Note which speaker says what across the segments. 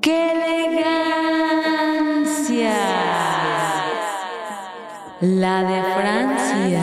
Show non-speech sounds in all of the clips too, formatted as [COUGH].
Speaker 1: ¡Qué elegancia! La de Francia.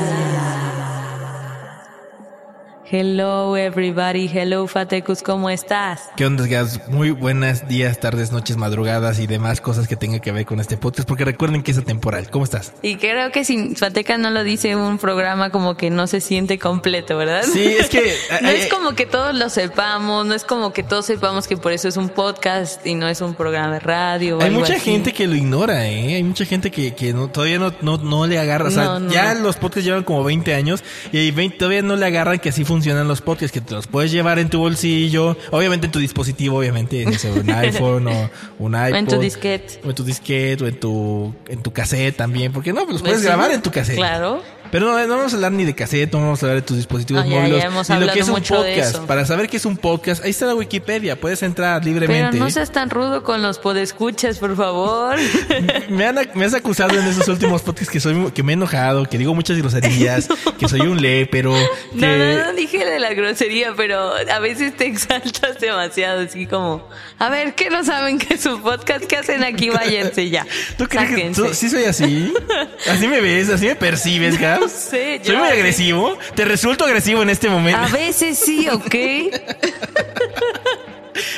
Speaker 1: Hello everybody, hello Fatecus, ¿cómo estás?
Speaker 2: ¿Qué onda, gas? Muy buenas días, tardes, noches, madrugadas y demás cosas que tengan que ver con este podcast, porque recuerden que es atemporal. ¿Cómo estás?
Speaker 1: Y creo que sin Fateca no lo dice un programa como que no se siente completo, ¿verdad?
Speaker 2: Sí,
Speaker 1: [LAUGHS]
Speaker 2: es [LAUGHS] que- eh,
Speaker 1: no es como que todos lo sepamos, no es como que todos sepamos que por eso es un podcast y no es un programa de radio. o
Speaker 2: Hay
Speaker 1: algo
Speaker 2: mucha
Speaker 1: así.
Speaker 2: gente que lo ignora, ¿eh? Hay mucha gente que, que no, todavía no, no, no le agarra. O sea,
Speaker 1: No, no.
Speaker 2: ya los podcasts llevan como 20 años y hay 20 todavía no le agarran que así funcionan los podcasts, que te los puedes llevar en tu bolsillo, obviamente en tu dispositivo, obviamente, no sé,
Speaker 1: [LAUGHS]
Speaker 2: un iPhone o un iPod.
Speaker 1: En tu disquete.
Speaker 2: O en tu disquete o en tu, en tu cassette también. porque no? Pues los
Speaker 1: Pues
Speaker 2: puedes
Speaker 1: sí,
Speaker 2: grabar en tu cassette.
Speaker 1: Claro.
Speaker 2: Pero no, no vamos a hablar ni de cassette, no vamos a hablar de tus dispositivos
Speaker 1: Ah, ya,
Speaker 2: móviles,
Speaker 1: ya hemos
Speaker 2: ni lo
Speaker 1: hablado
Speaker 2: que es un
Speaker 1: mucho de
Speaker 2: podcast.
Speaker 1: eso.
Speaker 2: Para saber qué es un podcast, ahí está la Wikipedia, puedes entrar
Speaker 1: Pero
Speaker 2: libremente. ¿eh?
Speaker 1: no seas tan rudo con los podescuchas, por favor.
Speaker 2: [LAUGHS] me, han, ac- me has acusado en esos últimos podcasts que soy que me he enojado, que digo muchas
Speaker 1: [LAUGHS]
Speaker 2: groserías, que soy un lépero, que
Speaker 1: No, no, no dije de la grosería, pero a veces te exaltas demasiado, así como, a ver, ¿qué no saben que es un podcast? ¿Qué hacen aquí? Váyanse ya.
Speaker 2: [LAUGHS] ¿Tú crees que
Speaker 1: Sáquense.
Speaker 2: tú- sí soy así? ¿Así me ves? ¿Así me percibes, Gabs?
Speaker 1: [LAUGHS] No sé, yo
Speaker 2: ¿Soy muy
Speaker 1: así- Ah.
Speaker 2: agresivo? ¿Te resulto agresivo en este momento?
Speaker 1: A veces sí, ¿ok?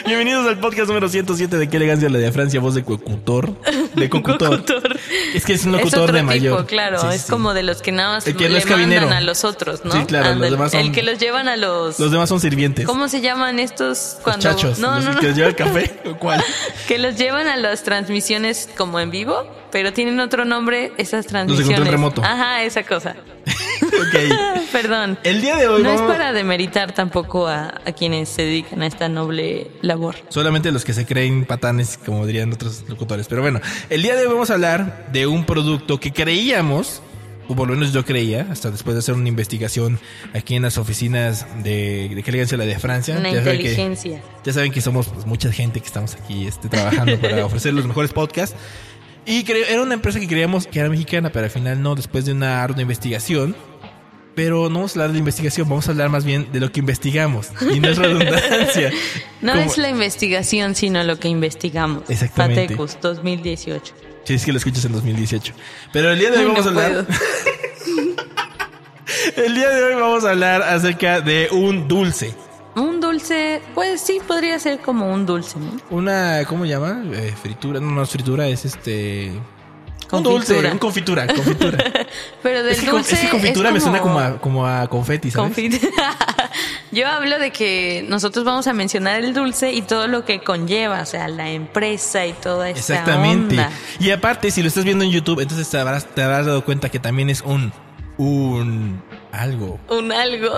Speaker 2: Bienvenidos al podcast número 107 de Qué elegancia la de Francia, voz de cocutor. [LAUGHS]
Speaker 1: [LAUGHS]
Speaker 2: De cocutor.
Speaker 1: Locutor.
Speaker 2: Es que es un
Speaker 1: Es
Speaker 2: locutor
Speaker 1: otro
Speaker 2: de
Speaker 1: tipo,
Speaker 2: mayor.
Speaker 1: claro.
Speaker 2: Sí, sí,
Speaker 1: es
Speaker 2: sí.
Speaker 1: como de los que nada más
Speaker 2: El que no
Speaker 1: le
Speaker 2: es cabinero.
Speaker 1: mandan a los otros, ¿no?
Speaker 2: Sí, claro, los
Speaker 1: Ándale.
Speaker 2: demás son-
Speaker 1: El que los llevan a los...
Speaker 2: Los demás son sirvientes.
Speaker 1: ¿Cómo se llaman estos
Speaker 2: Los
Speaker 1: cuando...?
Speaker 2: chachos.
Speaker 1: no,
Speaker 2: los
Speaker 1: no, no.
Speaker 2: que
Speaker 1: [LAUGHS]
Speaker 2: llevan café. ¿O ¿Cuál?
Speaker 1: Que los llevan a las transmisiones como en vivo, pero tienen otro nombre esas
Speaker 2: control
Speaker 1: transmisiones.
Speaker 2: remoto.
Speaker 1: Ajá, esa cosa.
Speaker 2: ok.
Speaker 1: Perdón.
Speaker 2: El día de hoy
Speaker 1: No es
Speaker 2: vamos-
Speaker 1: para demeritar tampoco a, a quienes se dedican a esta noble labor.
Speaker 2: Solamente los que se creen patanes, como dirían otros locutores. Pero bueno, el día de hoy vamos a hablar de un producto que creíamos, o por lo menos yo creía, hasta después de hacer una investigación aquí en las oficinas de, de qué elegancia la de Francia.
Speaker 1: Una
Speaker 2: Ya saben que-
Speaker 1: inteligencia.
Speaker 2: Ya saben que somos pues, mucha gente que estamos aquí este, trabajando
Speaker 1: [LAUGHS]
Speaker 2: para ofrecer los mejores podcasts. Y cre- era una empresa que creíamos que era mexicana, pero al final no, después de una ardua investigación. Pero no vamos a hablar de investigación, vamos a hablar más bien de lo que investigamos. Y no es redundancia.
Speaker 1: [LAUGHS] No
Speaker 2: Como-
Speaker 1: es la investigación, sino lo que investigamos.
Speaker 2: Exactamente.
Speaker 1: Patecus 2018.
Speaker 2: Sí, es que lo escuchas en 2018. Pero el día de hoy
Speaker 1: Ay,
Speaker 2: vamos
Speaker 1: no
Speaker 2: a hablar...
Speaker 1: puedo.
Speaker 2: [LAUGHS] El día de hoy vamos a hablar acerca de un dulce.
Speaker 1: Un dulce, pues sí, podría ser como un dulce, ¿no?
Speaker 2: Una, ¿cómo llama? Eh, fritura. No, no es fritura, es este... Un dulce,
Speaker 1: Confitura.
Speaker 2: un
Speaker 1: [LAUGHS]
Speaker 2: confitura, confitura.
Speaker 1: Pero del
Speaker 2: Es que, con-
Speaker 1: dulce.
Speaker 2: es que confitura
Speaker 1: es
Speaker 2: me suena como a, como a confeti, ¿sabes?
Speaker 1: Confit- [LAUGHS] Yo hablo de que nosotros vamos a mencionar el dulce y todo lo que conlleva, o sea, la empresa y toda esta
Speaker 2: Exactamente.
Speaker 1: onda.
Speaker 2: Y aparte, si lo estás viendo en YouTube, entonces te habrás, te habrás dado cuenta que también es un... Un... Algo.
Speaker 1: Un algo. [LAUGHS]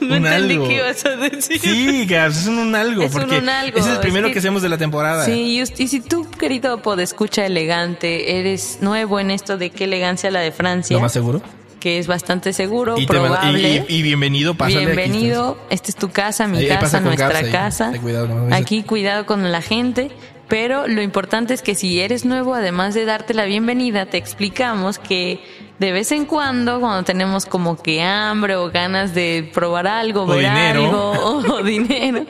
Speaker 1: no
Speaker 2: Un
Speaker 1: entendí
Speaker 2: algo.
Speaker 1: qué ibas a decir.
Speaker 2: Sí, Gabs, es un, un algo.
Speaker 1: Es un
Speaker 2: porque
Speaker 1: un algo,
Speaker 2: Es el
Speaker 1: es
Speaker 2: primero
Speaker 1: que-
Speaker 2: que... hacemos de la temporada.
Speaker 1: Sí, y, us- y si tú, querido podescucha elegante, eres nuevo en esto de qué elegancia la de Francia,
Speaker 2: Lo más seguro.
Speaker 1: que es bastante seguro,
Speaker 2: Y, te mando- y-
Speaker 1: probable.
Speaker 2: y- y bienvenido, pásale aquí,
Speaker 1: Bienvenido, esta es tu casa, mi
Speaker 2: Ahí- ahí
Speaker 1: casa,
Speaker 2: pasa con
Speaker 1: nuestra
Speaker 2: Gabs ahí.
Speaker 1: casa.
Speaker 2: Ten cuidado, no me ves.
Speaker 1: Aquí cuidado con la gente, pero lo importante es que si eres nuevo, además de darte la bienvenida, te explicamos que de vez en cuando, cuando tenemos como que hambre o ganas de probar algo,
Speaker 2: O
Speaker 1: ver
Speaker 2: dinero. [LAUGHS]
Speaker 1: algo o, dinero,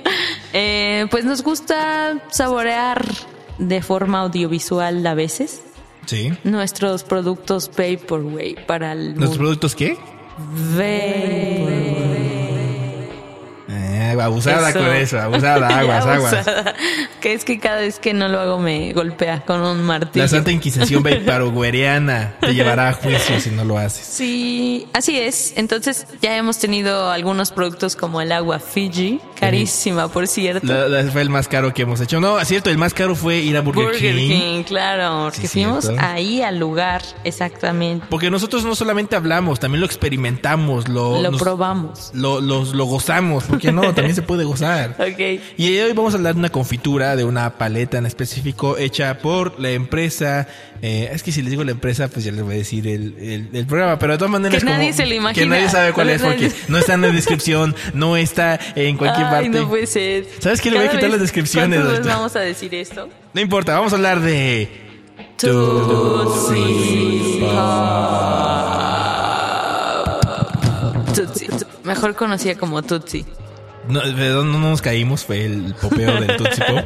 Speaker 1: eh, pues nos gusta saborear de forma audiovisual a veces
Speaker 2: Sí.
Speaker 1: nuestros productos Vaporwave para el
Speaker 2: ¿Nuestros
Speaker 1: mundo.
Speaker 2: productos qué?
Speaker 1: Vaporwave.
Speaker 2: Eh, abusada
Speaker 1: Eso.
Speaker 2: con eso,
Speaker 1: [LAUGHS]
Speaker 2: abusada, aguas,
Speaker 1: Ya
Speaker 2: aguas.
Speaker 1: abusada. Que es que cada vez que no lo hago me golpea con un martillo.
Speaker 2: La Santa
Speaker 1: [LAUGHS]
Speaker 2: Inquisición Veiparogüeriana te llevará a juicio si no lo haces.
Speaker 1: Sí, así es. Entonces ya hemos tenido algunos productos como el agua Fiji, carísima por cierto.
Speaker 2: La- la- fue el más caro que hemos hecho. No, es cierto, el más caro fue ir a Burger,
Speaker 1: Burger
Speaker 2: King.
Speaker 1: King, claro, porque
Speaker 2: Sí,
Speaker 1: fuimos
Speaker 2: cierto.
Speaker 1: ahí al lugar exactamente.
Speaker 2: Porque nosotros no solamente hablamos, también lo experimentamos, lo,
Speaker 1: lo
Speaker 2: Oh, nos-
Speaker 1: probamos.
Speaker 2: lo, los- lo gozamos, porque no, también se puede gozar.
Speaker 1: Ok.
Speaker 2: Y hoy vamos a hablar de una confitura, de una paleta en específico, hecha por la empresa. eh, es que si les digo la empresa, pues ya les voy a decir el, el- el programa, pero de todas maneras.
Speaker 1: Que
Speaker 2: como-
Speaker 1: nadie se lo imagina.
Speaker 2: Que nadie sabe cuál es porque no está en la descripción, no está en cualquier
Speaker 1: Ay,
Speaker 2: parte.
Speaker 1: no puede ser.
Speaker 2: ¿Sabes qué? Le voy a
Speaker 1: Cada
Speaker 2: quitar las
Speaker 1: vez-
Speaker 2: descripciones,
Speaker 1: ¿cuántas veces
Speaker 2: doctor?
Speaker 1: vamos a decir esto?
Speaker 2: No importa, vamos a hablar de.
Speaker 1: Tootsie Pop. Tootsie. Mejor conocida como Tootsie.
Speaker 2: No, de dónde no nos caímos fue el popeo del Tootsie Pop.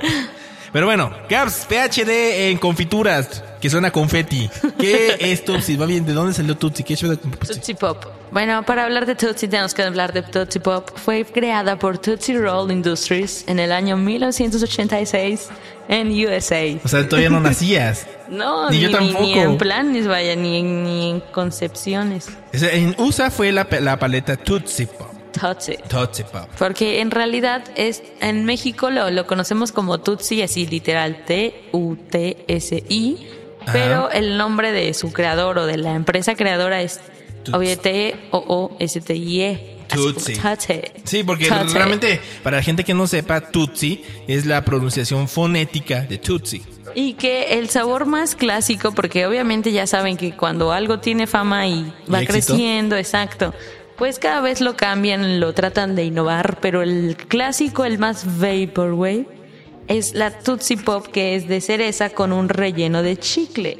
Speaker 2: Pero bueno, Caps PhD en confituras, que suena a confeti. ¿Qué es Tootsie? Va bien, ¿de dónde salió Tootsie? ¿Qué es de Tootsie?
Speaker 1: Tootsie Pop. Bueno, para hablar de Tootsie tenemos que hablar de Tootsie Pop. Fue creada por Tootsie Roll Industries en el año 1986 en USA.
Speaker 2: O sea, todavía no nacías.
Speaker 1: No,
Speaker 2: Ni
Speaker 1: ni,
Speaker 2: yo
Speaker 1: ni- ni
Speaker 2: tampoco.
Speaker 1: en planes, vaya, ni, en- ni en concepciones.
Speaker 2: O sea, en USA fue la, pa- la paleta Tootsie Pop.
Speaker 1: Tootsie.
Speaker 2: Tootsie Pop.
Speaker 1: Porque en realidad es en México lo, lo conocemos como Tutsi, así literal, T-U-T-S-I,
Speaker 2: Ajá.
Speaker 1: pero el nombre de su creador o de la empresa creadora es
Speaker 2: Tutsi.
Speaker 1: O-B-T-O-O-S-T-I-E. E, así como
Speaker 2: Tutsi.
Speaker 1: Tutsi.
Speaker 2: Sí, porque
Speaker 1: Tutsi.
Speaker 2: realmente, para la gente que no sepa, Tootsie es la pronunciación fonética de Tootsie.
Speaker 1: Y que el sabor más clásico, porque obviamente ya saben que cuando algo tiene fama y va
Speaker 2: éxito.
Speaker 1: creciendo, exacto, pues cada vez lo cambian, lo tratan de innovar, pero el clásico, el más vaporwave, es la Tootsie Pop, que es de cereza con un relleno de chicle.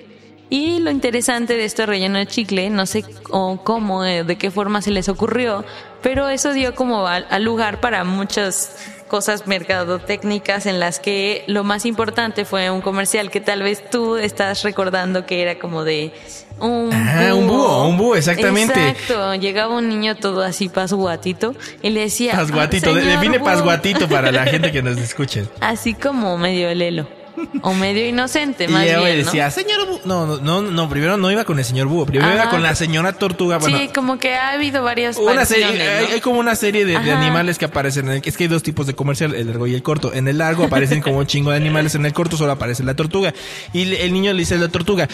Speaker 1: Y lo interesante de este relleno de chicle, no sé o cómo, eh, de qué forma se les ocurrió, pero eso dio como al, al lugar para muchas cosas mercadotécnicas en las que lo más importante fue un comercial que tal vez tú estás recordando que era como de un
Speaker 2: Ah, un búho, un búho, exactamente.
Speaker 1: Exacto, llegaba un niño todo así pasguatito y le decía...
Speaker 2: Pasguatito,
Speaker 1: "Ah,
Speaker 2: de-
Speaker 1: señor
Speaker 2: define
Speaker 1: búho".
Speaker 2: pasguatito para la gente que nos escuche.
Speaker 1: [LAUGHS] Así como medio elelo o medio inocente, Este, más
Speaker 2: y ella
Speaker 1: bien, ¿no?
Speaker 2: decía, señor búho. No, no, no, no, primero no iba con el señor búho, primero
Speaker 1: Ajá.
Speaker 2: iba con la señora tortuga. ah, Bueno,
Speaker 1: Ah, sí, como que ha habido varias
Speaker 2: una serie,
Speaker 1: versiones, ¿no?
Speaker 2: hay, hay como una serie de, de
Speaker 1: Ajá.
Speaker 2: animales que aparecen. En el- es que hay dos tipos de comercial, el largo y el corto. En el largo aparecen como un chingo de animales, en el corto solo aparece la tortuga. Y le- el niño le dice a la tortuga,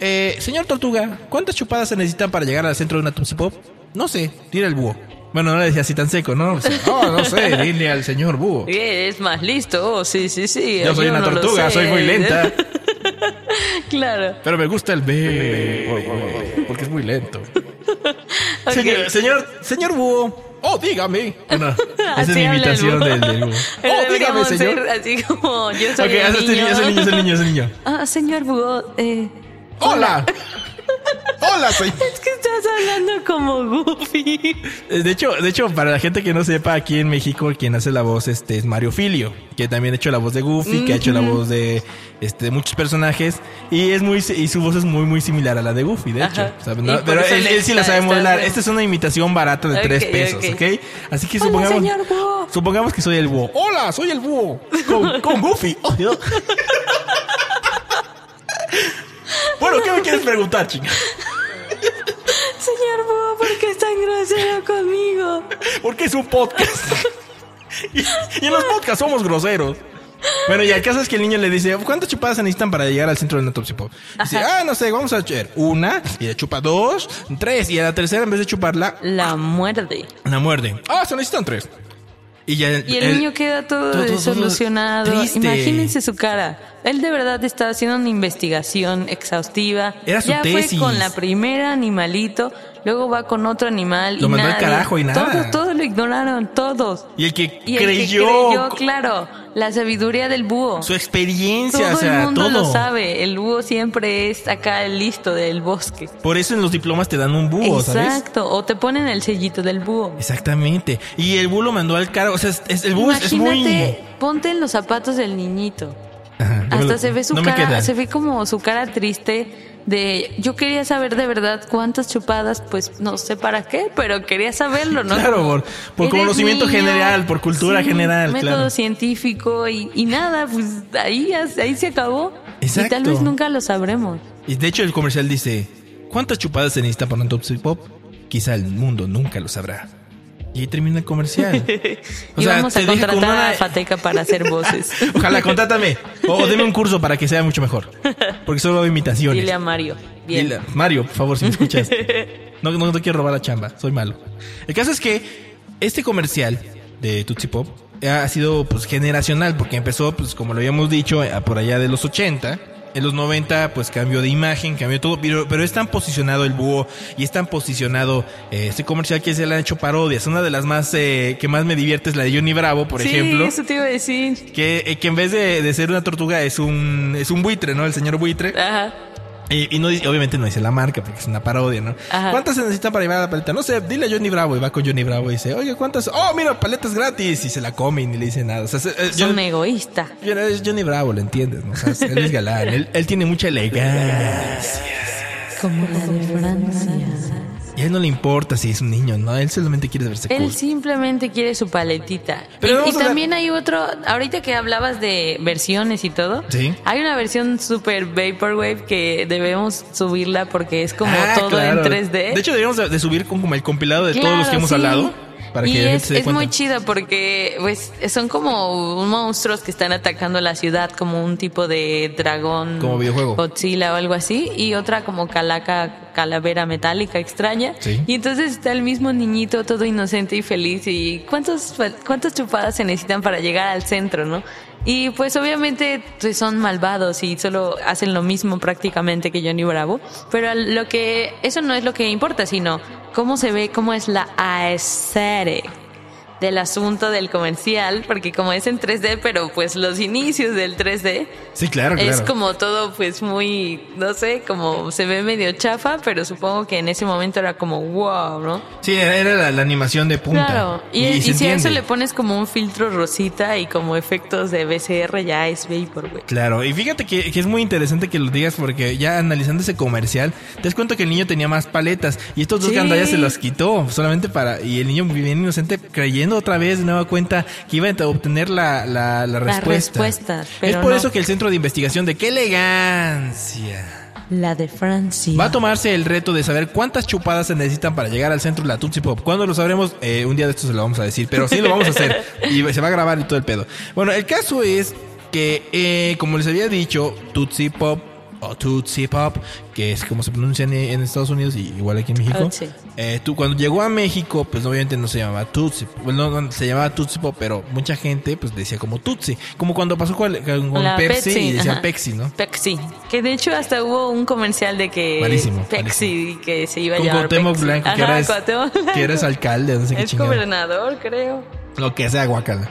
Speaker 2: eh, señor tortuga, ¿cuántas chupadas se necesitan para llegar al centro de una Tootsie Pop? No sé, tira el búho. Bueno, no le decía así tan seco, ¿no? O sea, "Oh, no sé, dile al señor búho.
Speaker 1: Eh, Es más listo, oh, sí, sí, sí.
Speaker 2: Yo soy una
Speaker 1: no lo
Speaker 2: tortuga,
Speaker 1: sé.
Speaker 2: soy
Speaker 1: [LAUGHS]
Speaker 2: muy lenta.
Speaker 1: claro.
Speaker 2: Pero me gusta el [LAUGHS] B. Porque es muy lento.
Speaker 1: Ok.
Speaker 2: Señor, señor, señor búho. Oh, dígame.
Speaker 1: [LAUGHS]
Speaker 2: Bueno, esa es
Speaker 1: Así
Speaker 2: mi
Speaker 1: habla el
Speaker 2: imitación
Speaker 1: búho.
Speaker 2: del,
Speaker 1: [LAUGHS]
Speaker 2: del búho.
Speaker 1: Pero
Speaker 2: Oh, dígame,
Speaker 1: deberíamos
Speaker 2: señor.
Speaker 1: ser así como yo
Speaker 2: Ok,
Speaker 1: soy el
Speaker 2: haz este niño,
Speaker 1: niño.
Speaker 2: haz el niño, haz el niño, haz el niño.
Speaker 1: [LAUGHS] Ah, señor búho, eh,
Speaker 2: ¡Hola! ¡Hola, señor!
Speaker 1: es que estás hablando como Goofy.
Speaker 2: Eh, De hecho, de hecho, para la gente que no sepa, aquí en México quien hace la voz este, es Mario Filio, que también ha hecho la voz de Goofy, que ha hecho la voz de este, de muchos personajes, y es muy y su voz es muy muy similar a la de Goofy, de hecho.
Speaker 1: Ajá.
Speaker 2: O sea,
Speaker 1: Y
Speaker 2: no-
Speaker 1: por
Speaker 2: pero
Speaker 1: eso
Speaker 2: él,
Speaker 1: le
Speaker 2: él sí la
Speaker 1: está-
Speaker 2: sabe
Speaker 1: está
Speaker 2: modelar.
Speaker 1: bueno.
Speaker 2: Esta es una imitación barata de
Speaker 1: Ok,
Speaker 2: tres pesos,
Speaker 1: ok.
Speaker 2: ¿ok? Así que
Speaker 1: Hola,
Speaker 2: supongamos.
Speaker 1: señor búho.
Speaker 2: Supongamos que soy el búho. ¡Hola! Soy el búho. Con, con Goofy.
Speaker 1: [LAUGHS]
Speaker 2: Oh, Dios. bueno, ¿qué me quieres preguntar, chica?
Speaker 1: Señor búho, ¿por qué es tan grosero conmigo?
Speaker 2: Porque es un podcast. [LAUGHS] y, y en los podcasts somos groseros. Bueno, y el caso es que el niño le dice, ¿cuántas chupadas se necesitan para llegar al centro del Natopsy Pop? Dice, ah, no sé, vamos a echar una, y le chupa dos, tres, y a la tercera, en vez de chuparla,
Speaker 1: La muerde.
Speaker 2: la muerde. Ah, se necesitan tres. Y ya el,
Speaker 1: Y el, niño queda todo,
Speaker 2: todo, todo
Speaker 1: desilusionado.
Speaker 2: triste.
Speaker 1: Imagínense su cara. Él de verdad estaba haciendo una investigación exhaustiva.
Speaker 2: Era su
Speaker 1: ya
Speaker 2: tesis.
Speaker 1: fue con la primera animalito, luego va con otro animal.
Speaker 2: Lo
Speaker 1: y
Speaker 2: mandó al
Speaker 1: nadie-
Speaker 2: carajo y nada.
Speaker 1: Todos, todos lo ignoraron, todos.
Speaker 2: Y el que
Speaker 1: Y el que
Speaker 2: creyó,
Speaker 1: creyó, claro, la sabiduría del búho.
Speaker 2: su experiencia,
Speaker 1: todo
Speaker 2: o sea,
Speaker 1: el mundo
Speaker 2: todo.
Speaker 1: lo sabe. El búho siempre es acá el listo del bosque.
Speaker 2: Por eso en los diplomas te dan un búho, ¿sabes?
Speaker 1: Exacto. O te ponen el sellito del búho.
Speaker 2: Exactamente. Y el búho lo mandó al caro. O sea, es- es- el búho es-
Speaker 1: Imagínate,
Speaker 2: es
Speaker 1: ponte en los zapatos del niñito.
Speaker 2: muy... Ajá, yo me
Speaker 1: Hasta
Speaker 2: lo-
Speaker 1: se ve su
Speaker 2: no me
Speaker 1: cara,
Speaker 2: queda.
Speaker 1: se ve como su cara triste de yo quería saber de verdad cuántas chupadas, pues no sé para qué, pero quería saberlo, ¿no?
Speaker 2: Claro, por- por
Speaker 1: Eres
Speaker 2: conocimiento general, por cultura general,
Speaker 1: Método
Speaker 2: claro.
Speaker 1: científico y, y nada, pues ahí, ahí se acabó. Y tal
Speaker 2: Exacto.
Speaker 1: vez nunca lo sabremos.
Speaker 2: Y de hecho el comercial dice, ¿cuántas chupadas se necesitan para un Tootsie Pop? Quizá el mundo nunca lo sabrá. Y ahí termina
Speaker 1: [LAUGHS]
Speaker 2: el comercial. O
Speaker 1: y
Speaker 2: sea,
Speaker 1: vamos
Speaker 2: te
Speaker 1: a
Speaker 2: deja
Speaker 1: contratar
Speaker 2: con una-
Speaker 1: a Fateca para hacer
Speaker 2: [LAUGHS]
Speaker 1: voces.
Speaker 2: Ojalá, contrátame. O deme un curso para que sea mucho mejor. Porque solo hago imitaciones.
Speaker 1: Dile a Mario. Bien.
Speaker 2: Dile a- Mario, por favor, si
Speaker 1: [LAUGHS]
Speaker 2: me escuchas. No, no te quiero robar la chamba, soy malo. El caso es que este comercial de Tootsie Pop ha sido pues generacional porque empezó pues como lo habíamos dicho a por allá de los 80 en los 90 pues cambió de imagen, cambió todo, pero, pero es tan posicionado el búho y es tan posicionado eh, este comercial que se le han hecho parodias. Una de las más eh, que más me divierte es la de Johnny Bravo, por
Speaker 1: sí,
Speaker 2: ejemplo.
Speaker 1: eso te iba a decir.
Speaker 2: Que, eh, que en vez de, de ser una tortuga es un, es un buitre, ¿no? El señor buitre.
Speaker 1: Ajá.
Speaker 2: Y, y no dice- obviamente no dice la marca porque es una parodia, ¿no?
Speaker 1: Ajá.
Speaker 2: ¿Cuántas se necesitan para llevar a la paleta? No sé, dile a Johnny Bravo y va con Johnny Bravo y dice, oye, ¿cuántas? Oh, mira, paletas gratis y se la come y ni le dice nada. O sea, se- eh,
Speaker 1: Son
Speaker 2: Johnny-
Speaker 1: egoísta.
Speaker 2: Johnny- es Johnny Bravo, lo entiendes, ¿no? O sea, es- él es galán, él, él tiene mucha elegancia.
Speaker 1: Como la de Francia.
Speaker 2: Y a él no le importa si es un niño, ¿no? Él solamente quiere verse
Speaker 1: Él
Speaker 2: cool.
Speaker 1: simplemente quiere su paletita.
Speaker 2: Pero
Speaker 1: y
Speaker 2: vamos
Speaker 1: y
Speaker 2: a ver-
Speaker 1: también hay otro, ahorita que hablabas de versiones y todo,
Speaker 2: Sí.
Speaker 1: hay una versión super vaporwave que debemos subirla porque es como
Speaker 2: Ah,
Speaker 1: todo
Speaker 2: claro.
Speaker 1: en 3D.
Speaker 2: De hecho, deberíamos de, de subir con como el compilado de todos los que
Speaker 1: Claro,
Speaker 2: hemos
Speaker 1: sí.
Speaker 2: hablado. Para
Speaker 1: y
Speaker 2: que la gente
Speaker 1: es,
Speaker 2: se dé
Speaker 1: es
Speaker 2: cuenta.
Speaker 1: muy chido porque pues son como monstruos que están atacando la ciudad como un tipo de dragón
Speaker 2: Como videojuego.
Speaker 1: Godzilla o algo así y otra como calaca calavera metálica extraña
Speaker 2: Sí.
Speaker 1: y entonces está el mismo niñito todo inocente y feliz y cuántos cuántas chupadas se necesitan para llegar al centro no y pues obviamente pues, son malvados y solo hacen lo mismo prácticamente que Johnny Bravo pero lo que eso no es lo que importa sino cómo se ve cómo es la aesthetic E del asunto del comercial, porque como es en 3D, pero pues los inicios del 3D
Speaker 2: Sí, claro, [LAUGHS] claro.
Speaker 1: es como todo pues muy, no sé, como se ve medio chafa, pero supongo que en ese momento era como wow, ¿no?
Speaker 2: Sí, era era la, la animación de punta.
Speaker 1: Claro, y, y
Speaker 2: se
Speaker 1: si a eso
Speaker 2: entiende.
Speaker 1: le pones como un filtro rosita y como efectos de BCR ya es vaporwave.
Speaker 2: Claro, y fíjate que, que es muy interesante que lo digas porque ya analizando ese comercial, te das cuenta que el niño tenía más paletas y estos dos
Speaker 1: Sí.
Speaker 2: gandallas se las quitó solamente para... Y el niño bien inocente creyendo otra vez de nueva cuenta que iba a obtener la, la, la respuesta.
Speaker 1: respuesta,
Speaker 2: es
Speaker 1: pero
Speaker 2: por
Speaker 1: no.
Speaker 2: eso que el centro de investigación de qué elegancia
Speaker 1: La de Francia.
Speaker 2: va a tomarse el reto de saber cuántas chupadas se necesitan para llegar al centro de la Tootsie Pop. ¿Cuándo lo sabremos? Eh, un día de esto se lo vamos a decir, pero sí lo vamos
Speaker 1: [LAUGHS]
Speaker 2: a hacer y se va a grabar y todo el pedo. Bueno, el caso es que, eh, como les había dicho, Tootsie Pop o Tootsie Pop, que es como se pronuncia en, en Estados Unidos y igual aquí en México.
Speaker 1: Tootsie.
Speaker 2: Eh, tú, cuando llegó a México, pues obviamente no se llamaba Tootsie. Bueno, no, no, se llamaba Tootsie Pop, pero mucha gente pues decía como Tootsie. Como cuando pasó con, con
Speaker 1: La
Speaker 2: Pepsi, y decía
Speaker 1: ajá.
Speaker 2: Pepsi, ¿no?
Speaker 1: Pepsi. Que de hecho hasta hubo un comercial de que
Speaker 2: Malísimo,
Speaker 1: Pepsi que se iba a
Speaker 2: Con
Speaker 1: llamar
Speaker 2: Cuauhtémoc
Speaker 1: Pepsi.
Speaker 2: Blanco, que
Speaker 1: Ajá,
Speaker 2: era, es-
Speaker 1: Cuauhtémoc
Speaker 2: que era
Speaker 1: [LAUGHS] Blanco.
Speaker 2: es alcalde, no sé qué
Speaker 1: Es
Speaker 2: chingado.
Speaker 1: gobernador, creo.
Speaker 2: Lo que sea,
Speaker 1: [LAUGHS]
Speaker 2: guacala.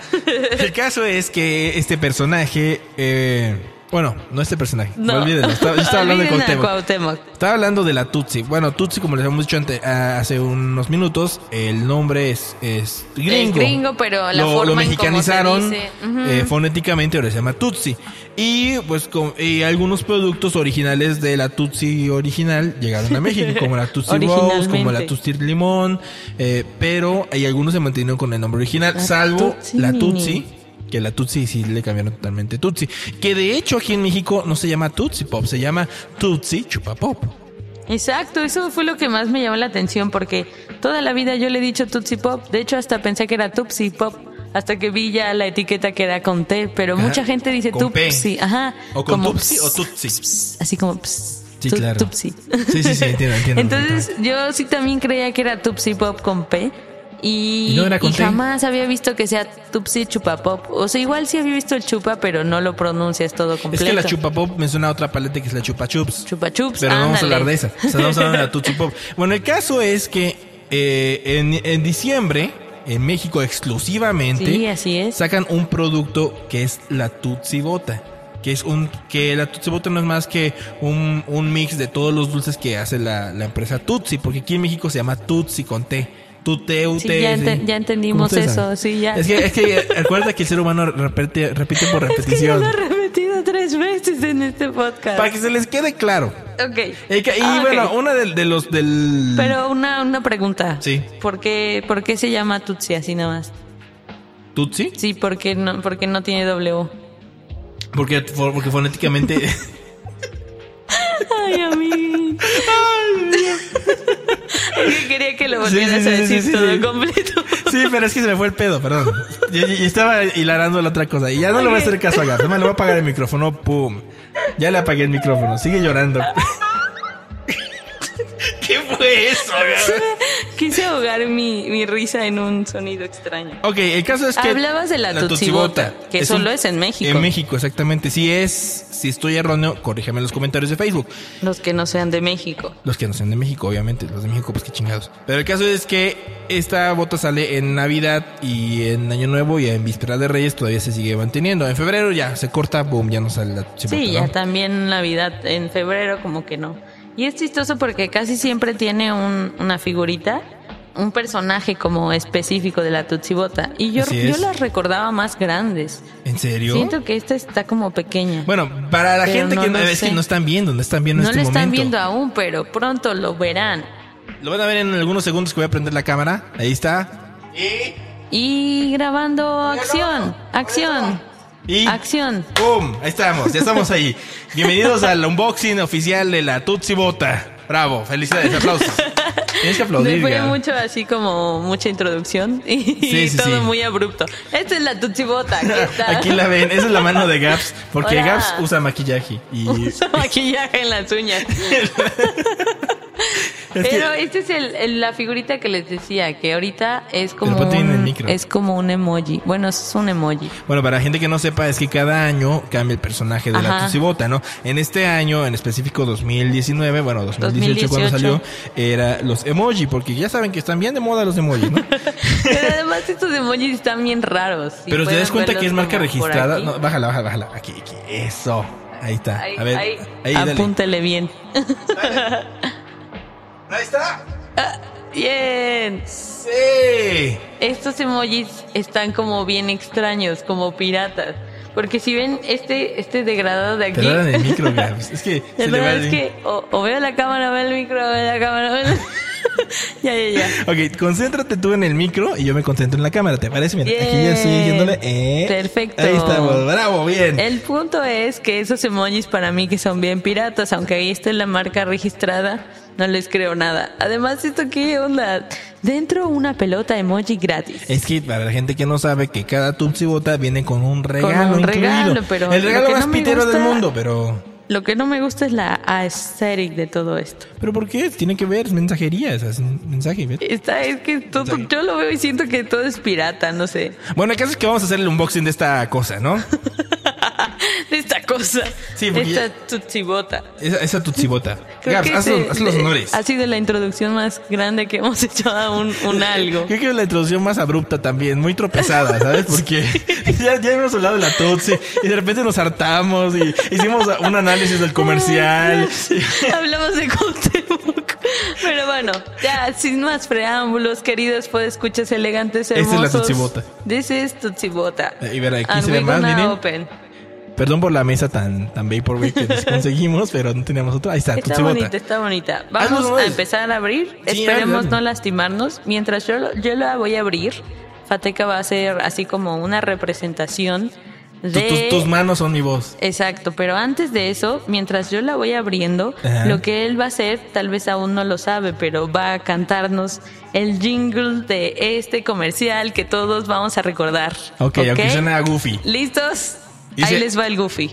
Speaker 2: El caso es que este personaje. eh, bueno, no este personaje.
Speaker 1: No.
Speaker 2: Olvídenlo. Estaba,
Speaker 1: [LAUGHS]
Speaker 2: yo estaba hablando de
Speaker 1: Olviden a
Speaker 2: Cuauhtémoc.
Speaker 1: Cuauhtémoc.
Speaker 2: Estaba hablando de la Tutsi. Bueno, Tutsi, como les hemos dicho ante- a- hace unos minutos, el nombre es, es gringo.
Speaker 1: Es gringo, pero la forma en cómo se dice. Ujú.
Speaker 2: eh, fonéticamente, ahora se llama Tutsi. Y pues con, y algunos productos originales de la Tutsi original llegaron a México, como
Speaker 1: [LAUGHS]
Speaker 2: la Tutsi Rose, como la
Speaker 1: Originalmente.
Speaker 2: Tutsi Limón, eh, pero hay algunos se mantuvieron con el nombre original,
Speaker 1: La
Speaker 2: salvo
Speaker 1: Tutsi.
Speaker 2: la Tutsi. Que la Tutsi sí le cambiaron totalmente Tutsi. Que de hecho aquí en México no se llama Tutsi Pop, se llama Tutsi Chupa Pop.
Speaker 1: Exacto, eso fue lo que más me llamó la atención porque toda la vida yo le he dicho Tootsie Pop. De hecho, hasta pensé que era Tupsi Pop. Hasta que vi ya la etiqueta que era con T, pero
Speaker 2: Ajá,
Speaker 1: mucha gente dice
Speaker 2: con P.
Speaker 1: Tupsi. Ajá.
Speaker 2: O con
Speaker 1: como
Speaker 2: Tupsi
Speaker 1: ps,
Speaker 2: o Tutsi.
Speaker 1: ps, ps, así como ps,
Speaker 2: Sí,
Speaker 1: tu-
Speaker 2: claro.
Speaker 1: Tupsi.
Speaker 2: Sí, sí, sí, entiendo, entiendo.
Speaker 1: Entonces, yo sí también creía que era Tupsi Pop con P. Y,
Speaker 2: Y no era con T.
Speaker 1: jamás había visto que sea Tupsi Chupa Pop. O sea, igual sí había visto el chupa, pero no lo pronuncias todo completo.
Speaker 2: Es que la Chupa Pop me suena a otra paleta que es la Chupa Chups.
Speaker 1: Chupa Chups,
Speaker 2: Pero no vamos a
Speaker 1: ándale.
Speaker 2: hablar de esa. O sea, vamos a hablar de la Tutsi
Speaker 1: [LAUGHS]
Speaker 2: Pop. Bueno, el caso es que eh, en, en diciembre, en México exclusivamente,
Speaker 1: Sí, así es.
Speaker 2: sacan un producto que es la Tutsi Bota. Que es un, que la Tutsi Bota no es más que un, un mix de todos los dulces que hace la, la empresa Tutsi, porque aquí en México se llama Tutsi con T. Tute,
Speaker 1: Sí,
Speaker 2: ute,
Speaker 1: ya ente- ya entendimos
Speaker 2: ¿Cómo ustedes
Speaker 1: eso,
Speaker 2: saben?
Speaker 1: sí, ya.
Speaker 2: Es que, es que [LAUGHS] recuerda que el ser humano repite, repite por
Speaker 1: [LAUGHS] Es que ya
Speaker 2: repetición.
Speaker 1: lo he repetido tres veces en este podcast.
Speaker 2: Para que se les quede claro.
Speaker 1: Ok.
Speaker 2: Y, que- y
Speaker 1: Ah, ok.
Speaker 2: bueno, una de, de los del.
Speaker 1: Pero una, una pregunta.
Speaker 2: Sí.
Speaker 1: ¿Por qué, por qué se llama Tutsi así nada más?
Speaker 2: ¿Tutsi?
Speaker 1: Sí, porque no, porque no tiene W.
Speaker 2: Porque, porque fonéticamente.
Speaker 1: Ay,
Speaker 2: [LAUGHS]
Speaker 1: amigo. Es que quería que lo
Speaker 2: Sí,
Speaker 1: volvieras
Speaker 2: sí,
Speaker 1: a
Speaker 2: sí,
Speaker 1: decir
Speaker 2: sí, sí,
Speaker 1: todo
Speaker 2: sí.
Speaker 1: completo. [LAUGHS]
Speaker 2: sí, pero es que se me fue el pedo, perdón. Y, y- y estaba hilarando la otra cosa. Y ya no le voy a hacer caso a Gaf. Nada más le voy a apagar el micrófono. ¡Pum! Ya le apagué el micrófono. Sigue llorando. ¿Qué fue eso?
Speaker 1: Quise ahogar mi, mi risa en un sonido extraño.
Speaker 2: ok, el caso es que.
Speaker 1: Hablabas de la Totsibota, que
Speaker 2: un-
Speaker 1: solo es en México.
Speaker 2: En México, exactamente. Si es, si estoy erróneo, corríjame en los comentarios de Facebook.
Speaker 1: Los que no sean de México.
Speaker 2: Los que no sean de México, obviamente. Los de México, pues qué chingados. Pero el caso es que esta bota sale en Navidad y en Año Nuevo y en Víspera de Reyes todavía se sigue manteniendo. En febrero ya se corta, boom, ya no sale la Totsibota.
Speaker 1: Sí,
Speaker 2: ¿no?
Speaker 1: ya también Navidad en febrero como que no. Y es chistoso porque casi siempre tiene un- una figurita, un personaje como específico de la Tutsibota. Y yo,
Speaker 2: Así
Speaker 1: yo
Speaker 2: es.
Speaker 1: las recordaba más grandes.
Speaker 2: ¿En serio?
Speaker 1: Siento que esta está como pequeña.
Speaker 2: Bueno, para la
Speaker 1: Pero
Speaker 2: gente
Speaker 1: no
Speaker 2: que no,
Speaker 1: lo
Speaker 2: es que
Speaker 1: sé.
Speaker 2: no están viendo, no están viendo
Speaker 1: no
Speaker 2: en este
Speaker 1: lo están
Speaker 2: momento.
Speaker 1: viendo aún, pero pronto lo verán.
Speaker 2: Lo van a ver en algunos segundos que voy a prender la cámara. Ahí está.
Speaker 1: Y grabando acción, acción,
Speaker 2: Y
Speaker 1: acción.
Speaker 2: ¡Pum! Ahí estamos, ya estamos ahí. Bienvenidos al unboxing oficial de la Tutsi Bota. Bravo,
Speaker 1: [LAUGHS]
Speaker 2: felicidades, aplausos. Tienes que aplaudir.
Speaker 1: Fue
Speaker 2: Gal.
Speaker 1: mucho así como mucha introducción [LAUGHS] y
Speaker 2: Sí, sí,
Speaker 1: todo
Speaker 2: sí.
Speaker 1: muy abrupto. Esta es la Tutsibota. ¿qué tal?
Speaker 2: [LAUGHS] Aquí la ven, esa es la mano de Gaps, porque
Speaker 1: Hola.
Speaker 2: Gaps usa maquillaje. [LAUGHS]
Speaker 1: [LAUGHS]
Speaker 2: Y
Speaker 1: Usa maquillaje en las
Speaker 2: [LAUGHS]
Speaker 1: uñas.
Speaker 2: Es que-
Speaker 1: Pero esta es el- el- la figurita que les decía, que ahorita es como,
Speaker 2: ponte en el
Speaker 1: un,
Speaker 2: micro.
Speaker 1: es como un emoji. Bueno, es un
Speaker 2: [LAUGHS]
Speaker 1: emoji.
Speaker 2: Bueno, para la gente que no sepa, es que cada año cambia el personaje de la
Speaker 1: Ajá.
Speaker 2: Tutsibota, ¿no? En este año, en específico 2019, bueno, 2018,
Speaker 1: 2018.
Speaker 2: cuando salió, era los emoji, porque ya saben que están bien de moda los emojis,
Speaker 1: [LAUGHS]
Speaker 2: ¿no?
Speaker 1: Pero además estos emojis están bien raros. Si
Speaker 2: Pero te
Speaker 1: pueden
Speaker 2: das cuenta que es
Speaker 1: verlos
Speaker 2: marca
Speaker 1: como por
Speaker 2: registrada.
Speaker 1: aquí.
Speaker 2: No, bájala, bájala, bájala. Aquí, aquí. Eso. Ahí está.
Speaker 1: Ahí-
Speaker 2: a ver, ahí,
Speaker 1: ahí,
Speaker 2: dale.
Speaker 1: apúntale bien.
Speaker 2: Ahí está.
Speaker 1: Bien.
Speaker 2: Sí.
Speaker 1: Estos emojis están como bien extraños, como piratas. Porque si ven este, este degradado de
Speaker 2: Te
Speaker 1: aquí.
Speaker 2: lo dan en el micro, Gabs. Es
Speaker 1: [LAUGHS]
Speaker 2: que
Speaker 1: La
Speaker 2: se le va
Speaker 1: verdad
Speaker 2: el...
Speaker 1: es que o, o veo la cámara, veo el micro, veo la [LAUGHS] cámara, veo el- Ya, ya, ya.
Speaker 2: Ok, concéntrate tú en el micro y yo me concentro en la cámara, ¿te parece? Mira, aquí ya estoy
Speaker 1: Bien.
Speaker 2: diciéndole. Eh,
Speaker 1: Perfecto.
Speaker 2: Ahí estamos, bravo, bien.
Speaker 1: El punto es que esos emojis para mí que son bien piratas, aunque ahí está la marca registrada, no les creo nada. Además, ¿esto qué onda? Dentro una pelota emoji gratis.
Speaker 2: Es que para la gente que no sabe que cada Tupsi Bota viene con un regalo
Speaker 1: un
Speaker 2: incluido.
Speaker 1: regalo, pero
Speaker 2: el
Speaker 1: lo
Speaker 2: regalo
Speaker 1: que
Speaker 2: más
Speaker 1: no me
Speaker 2: pitero del
Speaker 1: gusta-
Speaker 2: mundo, pero...
Speaker 1: Lo que no me gusta es la aesthetic de todo esto.
Speaker 2: ¿Pero por qué? Tiene que ver, es mensajería, o sea, es un mensaje. ¿ves?
Speaker 1: Está, es que todo, yo lo veo y siento que todo es pirata, no sé, [LAUGHS]
Speaker 2: Bueno, el caso es que vamos a hacer el unboxing de esta cosa, ¿no?
Speaker 1: de esta cosa,
Speaker 2: Sí,
Speaker 1: de
Speaker 2: porque ya-
Speaker 1: esta tutsibota.
Speaker 2: Esa, esa tutsibota.
Speaker 1: Creo
Speaker 2: Gaps,
Speaker 1: que
Speaker 2: haz,
Speaker 1: ese-
Speaker 2: los- haz los
Speaker 1: de-
Speaker 2: honores.
Speaker 1: Ha sido la introducción más grande que hemos [LAUGHS] hecho a un, un algo.
Speaker 2: [LAUGHS] Creo que es la introducción más abrupta también, muy tropezada, ¿sabes? Porque [LAUGHS] ya, ya hemos hablado de la Tutsi y de repente nos hartamos y hicimos un análisis del comercial.
Speaker 1: Hablamos de Cuauhtémoc. Pero bueno, ya sin más preámbulos, queridos pues, escuchas elegantes,
Speaker 2: Esta Este es la
Speaker 1: hermosos.
Speaker 2: Tutsibota.
Speaker 1: This is Tutsibota.
Speaker 2: Eh, y ver, aquí
Speaker 1: And
Speaker 2: se ve
Speaker 1: we're
Speaker 2: más,
Speaker 1: gonna
Speaker 2: miren.
Speaker 1: open.
Speaker 2: Perdón por la mesa tan, tan vaporwave que nos conseguimos, pero no teníamos otra. Ahí está,
Speaker 1: Está
Speaker 2: Tutsibota.
Speaker 1: bonita, está bonita.
Speaker 2: Hazlo
Speaker 1: Vamos
Speaker 2: nomás.
Speaker 1: a empezar a abrir.
Speaker 2: Sí,
Speaker 1: Esperemos
Speaker 2: hazlo.
Speaker 1: no lastimarnos. Mientras yo, lo- yo la voy a abrir, Fateca va a hacer así como una representación
Speaker 2: Tu-
Speaker 1: de...
Speaker 2: tus, tus manos son mi voz.
Speaker 1: Exacto, pero antes de eso, mientras yo la voy abriendo,
Speaker 2: Ajá.
Speaker 1: lo que él va a hacer, tal vez aún no lo sabe, pero va a cantarnos el jingle de este comercial que todos vamos a recordar.
Speaker 2: Ok, aunque suena goofy.
Speaker 1: ¿Listos?
Speaker 2: Dice-
Speaker 1: Ahí les va el Goofy.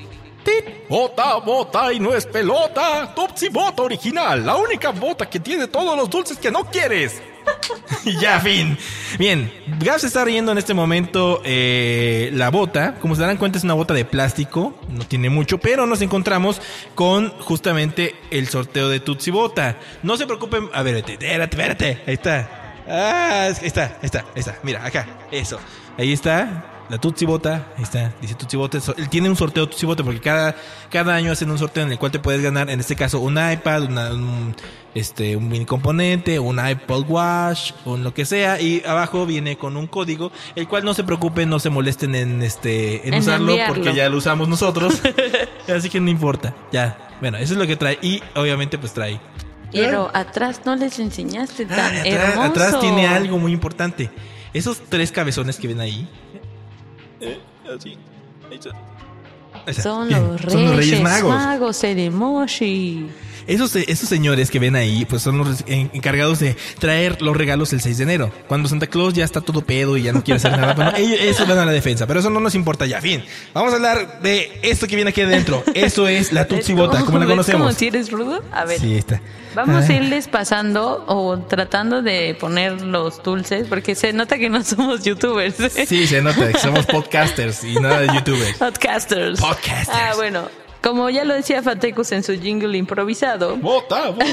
Speaker 2: Bota, bota y no es pelota. Topsy Bota original, la única bota que tiene todos los dulces que no quieres. [LAUGHS] Y ya, fin. Bien, Gabs está riendo en este momento eh, la bota. Como se darán cuenta, es una bota de plástico. No tiene mucho, pero nos encontramos con justamente el sorteo de Tutsi Bota. No se preocupen. A ver, vete, espérate, espérate. Ahí está. Ah, es- ahí está, ahí está, ahí está. Mira, acá. Eso. Ahí está. La Tutsi Bota, ahí está, dice Tutsi Bota. So- Él tiene un sorteo Tutsi Bota porque cada, cada año hacen un sorteo en el cual te puedes ganar, en este caso, un iPad, una- un, este, un mini componente, un iPod Watch, un lo que sea, y abajo viene con un código, el cual no se preocupen, no se molesten en este, en,
Speaker 1: En
Speaker 2: usarlo,
Speaker 1: enviarlo.
Speaker 2: porque ya lo usamos nosotros. Así que no importa. Ya. Bueno, eso es lo que trae. Y obviamente, pues trae.
Speaker 1: Pero atrás no les enseñaste tan
Speaker 2: Ah, atrás,
Speaker 1: hermoso.
Speaker 2: atrás tiene algo muy importante. Esos tres cabezones que ven ahí. eh, así, ahí está. Ahí está.
Speaker 1: Son
Speaker 2: Bien,
Speaker 1: los, reyes, magos. el emoji.
Speaker 2: Esos, esos señores que ven ahí, pues son los en- encargados de traer los regalos el 6 de enero. Cuando Santa Claus ya está todo pedo y ya no quiere hacer nada. Bueno, ellos, esos van a la defensa, pero eso no nos importa ya. Fin. Vamos a hablar de esto que viene aquí adentro. Esto es la Tutsi Bota,
Speaker 1: [LAUGHS]
Speaker 2: como la
Speaker 1: ¿Ves como
Speaker 2: conocemos.
Speaker 1: si eres rudo? A ver.
Speaker 2: Sí, ahí está.
Speaker 1: Vamos a
Speaker 2: Ah.
Speaker 1: irles pasando o tratando de poner los dulces, porque se nota que no somos youtubers. ¿eh? [LAUGHS]
Speaker 2: Sí, se nota que somos podcasters y nada de youtubers.
Speaker 1: Podcasters.
Speaker 2: Podcasters.
Speaker 1: Ah, bueno. Como ya lo decía Fatecus en su jingle improvisado,
Speaker 2: Bota, bota.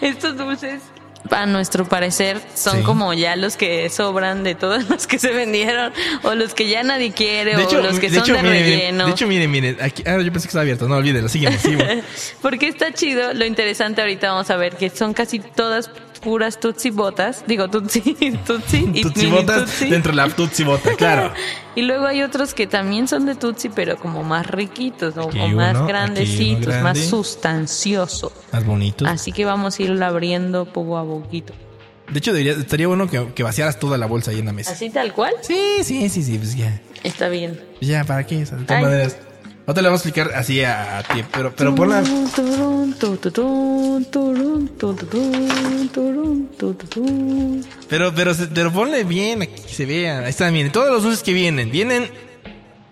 Speaker 1: estos dulces, a nuestro parecer, son
Speaker 2: Sí.
Speaker 1: como ya los que sobran de todos [LAUGHS] los que se vendieron, o los que ya nadie quiere, o los que
Speaker 2: de
Speaker 1: son [LAUGHS]
Speaker 2: hecho,
Speaker 1: de
Speaker 2: miren,
Speaker 1: relleno.
Speaker 2: De hecho, miren, miren. Aquí, ah, yo pensé que estaba abierto. No, olvídenlo. Sígueme, sígueme.
Speaker 1: Porque está chido, lo interesante ahorita vamos a ver que son casi todas puras tutsi botas, digo tutsi, [LAUGHS] tutsi [LAUGHS] y
Speaker 2: Tutsi
Speaker 1: mini
Speaker 2: botas
Speaker 1: tutsi.
Speaker 2: dentro de la Tutsi bota,
Speaker 1: [LAUGHS]
Speaker 2: claro.
Speaker 1: Y luego hay otros que también son de tutsi, pero como más riquitos ¿no?
Speaker 2: Aquí
Speaker 1: o
Speaker 2: uno,
Speaker 1: más
Speaker 2: aquí uno
Speaker 1: grandecitos,
Speaker 2: grande.
Speaker 1: más sustanciosos.
Speaker 2: Más bonitos.
Speaker 1: Así que vamos a irlo abriendo poco a poquito.
Speaker 2: De hecho, debería- estaría bueno que, que vaciaras toda la bolsa ahí en la mesa.
Speaker 1: Así tal cual,
Speaker 2: Sí, sí, sí, sí. Pues ya.
Speaker 1: está bien.
Speaker 2: Ya, ¿para qué? O sea, de todas
Speaker 1: Ay.
Speaker 2: maneras. No te la vamos a explicar así a, a ti, pero, pero ponla.
Speaker 1: Mm. Turun, turun, turun, turun, turun, turun, turun.
Speaker 2: Pero, pero, se- pero ponle bien aquí, que se vea. Ahí están, miren. Todos los dulces que vienen, vienen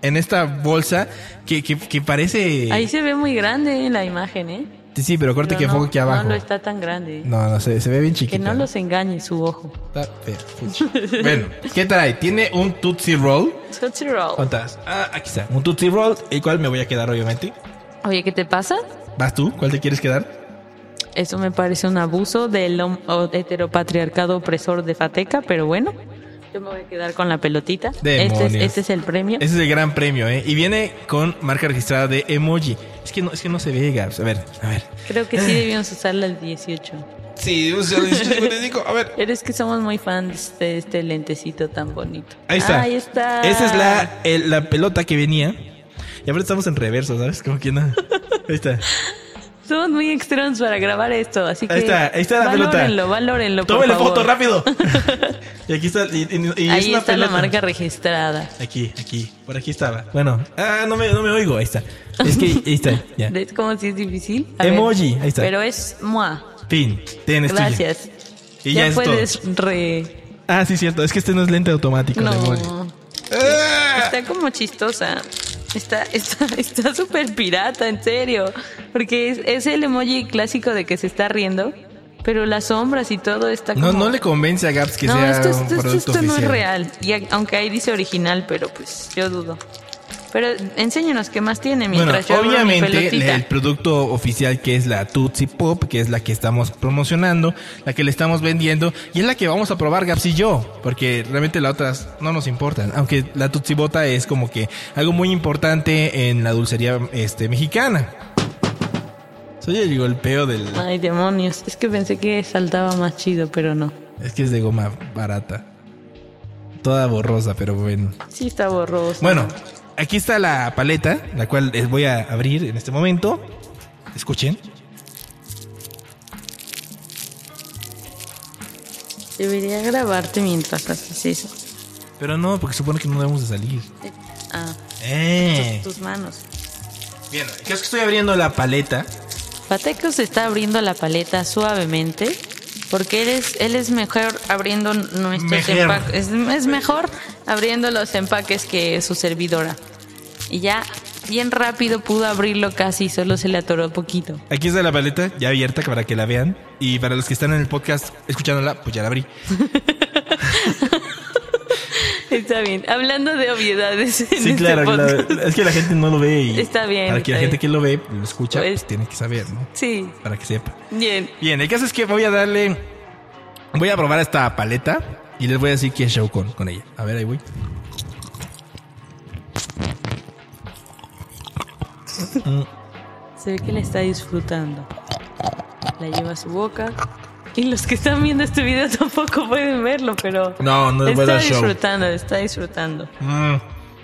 Speaker 2: en esta bolsa que, que, que parece.
Speaker 1: Ahí se ve muy grande la imagen, ¿eh?
Speaker 2: Sí, sí, pero corte
Speaker 1: Pero
Speaker 2: que foco aquí abajo.
Speaker 1: No lo está tan grande. eh.
Speaker 2: No, no, se, se ve bien
Speaker 1: que
Speaker 2: chiquita.
Speaker 1: no los engañe su ojo.
Speaker 2: Está fea,
Speaker 1: [LAUGHS]
Speaker 2: pucha. bueno, ¿qué trae? Tiene un Tootsie Roll.
Speaker 1: Tootsie Roll.
Speaker 2: ¿Cuántas? Ah, aquí está. Un Tootsie Roll, el cual me voy a quedar, obviamente.
Speaker 1: Oye, ¿qué te pasa?
Speaker 2: ¿Vas tú? ¿Cuál te quieres quedar?
Speaker 1: Eso me parece un abuso del hom- o- heteropatriarcado opresor de Fateca, pero bueno, yo me voy a quedar con la pelotita. Este es,
Speaker 2: Demonios.
Speaker 1: este es el premio.
Speaker 2: Ese es el gran premio, ¿eh? Y viene con marca registrada de emoji. Es que no, es que no se ve, Gabs. A ver, a ver.
Speaker 1: Creo que sí debíamos usarla el 18.
Speaker 2: Sí, o sea, 1855, A ver.
Speaker 1: Pero es que somos muy fans de este lentecito tan bonito.
Speaker 2: Ahí está.
Speaker 1: Ahí está.
Speaker 2: Esa es la, el- la pelota que venía. Y ahora estamos en reverso, ¿sabes? Como que no. Ahí está.
Speaker 1: Somos muy extremos para grabar esto, así que
Speaker 2: Ahí está, ahí está la pelota.
Speaker 1: valórenlo, valórenlo, [LAUGHS] por
Speaker 2: Tómele
Speaker 1: favor.
Speaker 2: foto,
Speaker 1: [LAUGHS]
Speaker 2: rápido. [LAUGHS] y aquí está. y- y- y es
Speaker 1: Ahí
Speaker 2: una
Speaker 1: está la
Speaker 2: pelota.
Speaker 1: marca registrada.
Speaker 2: Aquí, aquí, por aquí estaba. Bueno, ah, no me, no me oigo, ahí está. Es que ahí está, ya.
Speaker 1: ¿Ves cómo si es difícil?
Speaker 2: Emoji, ahí está.
Speaker 1: Pero es mua.
Speaker 2: Fin, tienes tuya.
Speaker 1: Gracias.
Speaker 2: Y
Speaker 1: ya,
Speaker 2: ya es
Speaker 1: puedes re.
Speaker 2: Ah, sí, cierto, es que este no es lente automático. el emoji.
Speaker 1: No.
Speaker 2: Ah,
Speaker 1: Está como chistosa. Está está está súper pirata, en serio. Porque es, es el emoji clásico de que se está riendo, pero las sombras y todo está como
Speaker 2: No, no le convence a Gaps que
Speaker 1: No,
Speaker 2: sea
Speaker 1: esto,
Speaker 2: un
Speaker 1: esto- esto-
Speaker 2: producto
Speaker 1: esto no es
Speaker 2: oficial.
Speaker 1: real. Y a- aunque ahí dice original, pero pues yo dudo. Pero enséñanos qué más tiene
Speaker 2: Bueno,
Speaker 1: mientras yo abro mi
Speaker 2: obviamente
Speaker 1: pelotita.
Speaker 2: el producto oficial que es la Tootsie Pop, que es la que estamos promocionando, la que le estamos vendiendo y es la que vamos a probar Gaps y yo, porque realmente las otras no nos importan, aunque la Tootsie Bota es como que algo muy importante en la dulcería este mexicana. Soy el golpeo del
Speaker 1: Ay, demonios. Es que pensé que saltaba más chido, pero no.
Speaker 2: es que es de goma barata. Toda borrosa, pero bueno.
Speaker 1: Sí está borroso.
Speaker 2: Bueno, aquí está la paleta, la cual les voy a abrir en este momento. Escuchen.
Speaker 1: Debería grabarte mientras haces eso.
Speaker 2: Pero no, porque supone que no debemos de salir.
Speaker 1: Ah,
Speaker 2: Eh.
Speaker 1: tus manos.
Speaker 2: Bien, el caso es que estoy abriendo la paleta.
Speaker 1: Pateco se está abriendo la paleta suavemente. Porque él es, él es mejor abriendo nuestros
Speaker 2: Mejor.
Speaker 1: empaques. Es, es mejor abriendo los empaques que su servidora. Y ya bien rápido pudo abrirlo casi, solo se le atoró poquito. [LAUGHS]
Speaker 2: Aquí está la paleta, ya abierta para que la vean. Y para los que están en el podcast escuchándola, pues ya la abrí.
Speaker 1: Está bien. Hablando de obviedades. [LAUGHS] en
Speaker 2: Sí,
Speaker 1: este
Speaker 2: claro. que la-
Speaker 1: podcast.
Speaker 2: es que la gente no lo ve y...
Speaker 1: Está bien,
Speaker 2: Para
Speaker 1: está
Speaker 2: que la gente
Speaker 1: bien.
Speaker 2: que lo ve, lo escucha,
Speaker 1: Pues-
Speaker 2: pues tiene que saber, ¿no?
Speaker 1: Sí,
Speaker 2: Para que sepa.
Speaker 1: bien.
Speaker 2: Bien, el caso es que voy a darle... Voy a probar esta paleta y les voy a decir qué show con, con ella. A ver, ahí voy.
Speaker 1: Se ve que la está disfrutando. La lleva a su boca. Y los que están viendo este video [LAUGHS] tampoco pueden verlo, pero.
Speaker 2: No, no les voy a
Speaker 1: Está
Speaker 2: dar show.
Speaker 1: disfrutando, está disfrutando.
Speaker 2: Mm,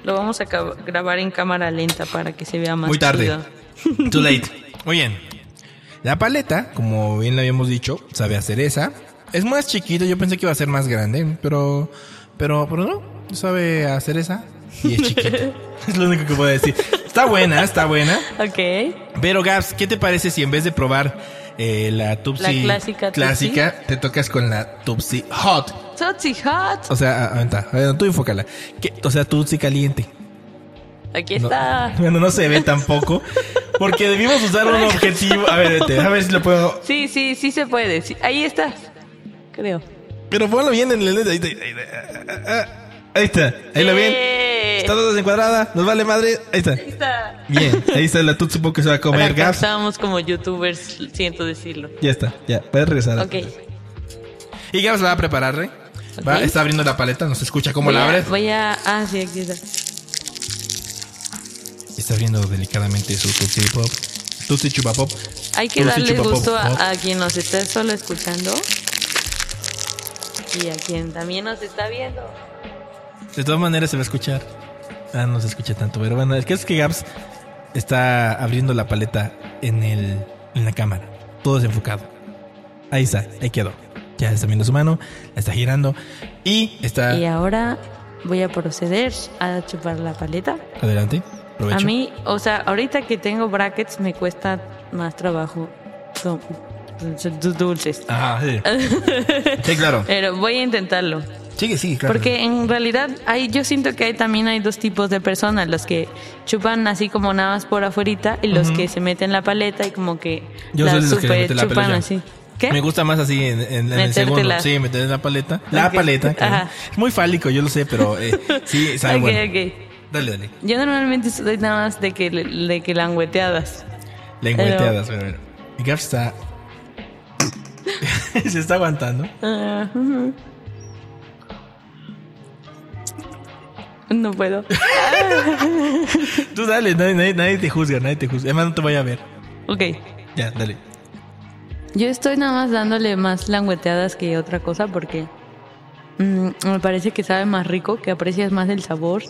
Speaker 1: Lo vamos a ca- grabar en cámara lenta para que se vea más
Speaker 2: muy tarde.
Speaker 1: chido. [LAUGHS]
Speaker 2: Too late. Muy bien. La paleta, como bien le habíamos dicho, sabe a cereza. Es más chiquito, yo pensé que iba a ser más grande, pero
Speaker 1: [LAUGHS]
Speaker 2: pero pero no, sabe a cereza y es chiquita. es lo único que puedo decir. Está Está buena, está buena.
Speaker 1: Ok.
Speaker 2: Pero Gaps, ¿qué te parece si en vez de probar eh, la Tupsi
Speaker 1: La clásica
Speaker 2: clásica, te tocas con la Tupsi Hot?
Speaker 1: Tootsie Hot.
Speaker 2: O sea, a- aventa, aventa, tú enfócala. ¿Qué? O sea, Tupsi caliente.
Speaker 1: Aquí
Speaker 2: No,
Speaker 1: está.
Speaker 2: [LAUGHS] bueno, no se ve tampoco. Porque debimos usar un objetivo. A ver, vete, a ver si lo puedo.
Speaker 1: Sí, sí, sí se puede. Sí, ahí está. Creo.
Speaker 2: Pero ponlo bien en el. Ahí, está, ahí está. ahí está. Ahí lo ven.
Speaker 1: ¡Eh!
Speaker 2: Está toda desencuadrada. Nos vale madre. Ahí está.
Speaker 1: Ahí está.
Speaker 2: Bien. Ahí está la Tutsi Pop que se va a comer,
Speaker 1: Ahora
Speaker 2: Gaps.
Speaker 1: estábamos como youtubers, siento decirlo.
Speaker 2: Ya está. Ya. Puedes regresar. a tu
Speaker 1: Ok.
Speaker 2: mesa. Y Gaps la va a preparar, ¿eh? Va-
Speaker 1: Ok.
Speaker 2: está abriendo la paleta, nos escucha cómo
Speaker 1: voy
Speaker 2: la
Speaker 1: a-
Speaker 2: abres.
Speaker 1: Voy a... Ah, sí, aquí está.
Speaker 2: Está abriendo delicadamente su Tutsi Pop. Tutsi Chupa Pop.
Speaker 1: Hay que
Speaker 2: Tutsi
Speaker 1: darle
Speaker 2: Chupa Pop.
Speaker 1: gusto
Speaker 2: Hot.
Speaker 1: a, a quien nos está solo escuchando y a quien también nos está viendo.
Speaker 2: De todas maneras se va a escuchar. Ah, no se escucha tanto, pero bueno, el que es que Gaps está abriendo la paleta en el en la cámara, todo desenfocado. Ahí está, ahí quedó. Ya está viendo su mano, la está girando y está
Speaker 1: Y ahora voy a proceder a chupar la paleta.
Speaker 2: adelante.
Speaker 1: A
Speaker 2: Provecho.
Speaker 1: mí, o sea, ahorita que tengo brackets me cuesta más trabajo tom- dulces.
Speaker 2: Ajá, Ah,
Speaker 1: [LAUGHS]
Speaker 2: sí. sí, claro.
Speaker 1: Pero voy a intentarlo.
Speaker 2: Sí, sí, claro.
Speaker 1: Porque en realidad hay, yo siento que hay, también hay dos tipos de personas, los que chupan así como nada más por afuerita y los que se meten la paleta y como que
Speaker 2: Yo
Speaker 1: la
Speaker 2: soy de los que le
Speaker 1: super
Speaker 2: mete la
Speaker 1: chupan
Speaker 2: pelulla.
Speaker 1: así. ¿Qué?
Speaker 2: Me gusta más así en, en- en el
Speaker 1: Metértela.
Speaker 2: segundo. Sí, meter la paleta. La
Speaker 1: Ok.
Speaker 2: paleta. claro.
Speaker 1: Ajá.
Speaker 2: Es muy fálico, yo lo sé, pero eh, sí,
Speaker 1: [LAUGHS]
Speaker 2: sabe
Speaker 1: Ok,
Speaker 2: bueno.
Speaker 1: ok.
Speaker 2: Dale, dale.
Speaker 1: Yo normalmente soy nada más de que, de que langüeteadas.
Speaker 2: Lengüeteadas, pero bueno. Y Gaps está. [LAUGHS] se está aguantando.
Speaker 1: Ah, ujú. No puedo.
Speaker 2: Tú dale, nadie, nadie- nadie te juzga, nadie te juzga. Además, no te voy a ver.
Speaker 1: Ok.
Speaker 2: Ya, dale. [LAUGHS]
Speaker 1: Yo estoy nada más dándole más langüeteadas que otra cosa porque mm, me parece que sabe más rico, que aprecias más el sabor.